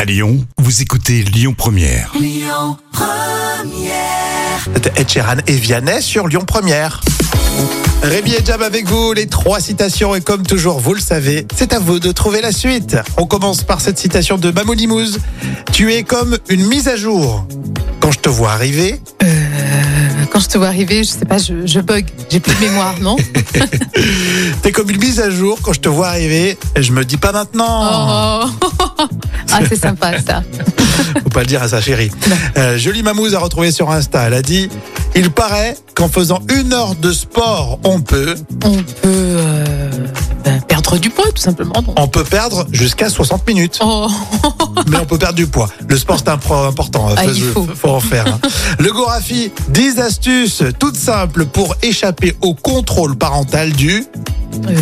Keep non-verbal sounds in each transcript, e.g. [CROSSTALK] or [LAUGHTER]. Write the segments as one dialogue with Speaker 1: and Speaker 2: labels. Speaker 1: À Lyon, vous écoutez Lyon Première.
Speaker 2: C'était Ed Sheeran et Vianney sur Lyon Première. Rémi et Jam avec vous, les trois citations et comme toujours, vous le savez, c'est à vous de trouver la suite. On commence par cette citation de Mamou Limouze. Tu es comme une mise à jour. Quand je te vois arriver,
Speaker 3: Quand je te vois arriver, je sais pas, je, je bug, j'ai plus de mémoire, non
Speaker 2: t'es comme une mise à jour. Quand je te vois arriver, je me dis pas maintenant.
Speaker 3: [LAUGHS] Oh. Ah, c'est sympa ça.
Speaker 2: Faut pas le dire à sa chérie. Euh, Jolie Mamouze a retrouvé sur Insta. Elle a dit, il paraît qu'en faisant une heure de sport, on peut,
Speaker 3: On peut euh, ben, perdre du poids tout simplement. donc.
Speaker 2: on peut perdre jusqu'à 60 minutes.
Speaker 3: Oh.
Speaker 2: mais on peut perdre du poids. Le sport, c'est un pro- important. hein,
Speaker 3: Ah, il
Speaker 2: Fais-
Speaker 3: faut.
Speaker 2: en faire. hein. Le Gorafi, 10 astuces toutes simples pour échapper au contrôle parental du,
Speaker 3: Euh,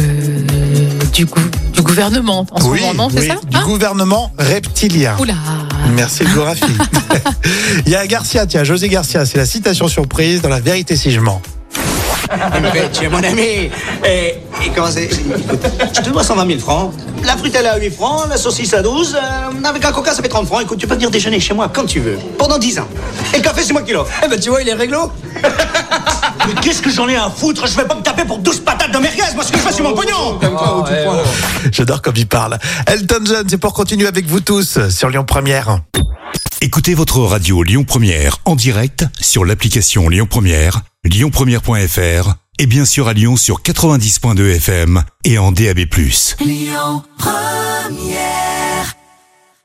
Speaker 3: du, gou- du gouvernement en ce
Speaker 2: Oui,
Speaker 3: moment, non, c'est
Speaker 2: oui,
Speaker 3: ça
Speaker 2: du
Speaker 3: Hein
Speaker 2: gouvernement reptilien.
Speaker 3: Oula
Speaker 2: Merci le
Speaker 3: [LAUGHS]
Speaker 2: Gorafi. Il y a Garcia, tiens, José Garcia, c'est la citation surprise dans La vérité si je mens.
Speaker 4: Eh ben, tu es mon ami. Et, et comment c'est Écoute, je te dois 120 000 francs. La frite, elle est à 8 francs, la saucisse à 12. euh, avec un coca, ça fait 30 francs. Écoute, tu peux venir déjeuner chez moi quand tu veux, pendant 10 ans. Et le café, c'est moi qui l'offre. Eh ben, tu vois, il est réglo. [LAUGHS] Mais qu'est-ce que j'en ai à foutre Je vais pas me taper pour 12 patates de merguez. Moi, ce que je fais, c'est mon pognon.
Speaker 2: J'adore comme il parle. Elton John, c'est pour continuer avec vous tous sur Lyon Première.
Speaker 1: Écoutez votre radio Lyon Première en direct sur l'application Lyon Première, lyonpremière.fr et bien sûr à Lyon sur 90.2 FM et en DAB+.
Speaker 5: Lyon Première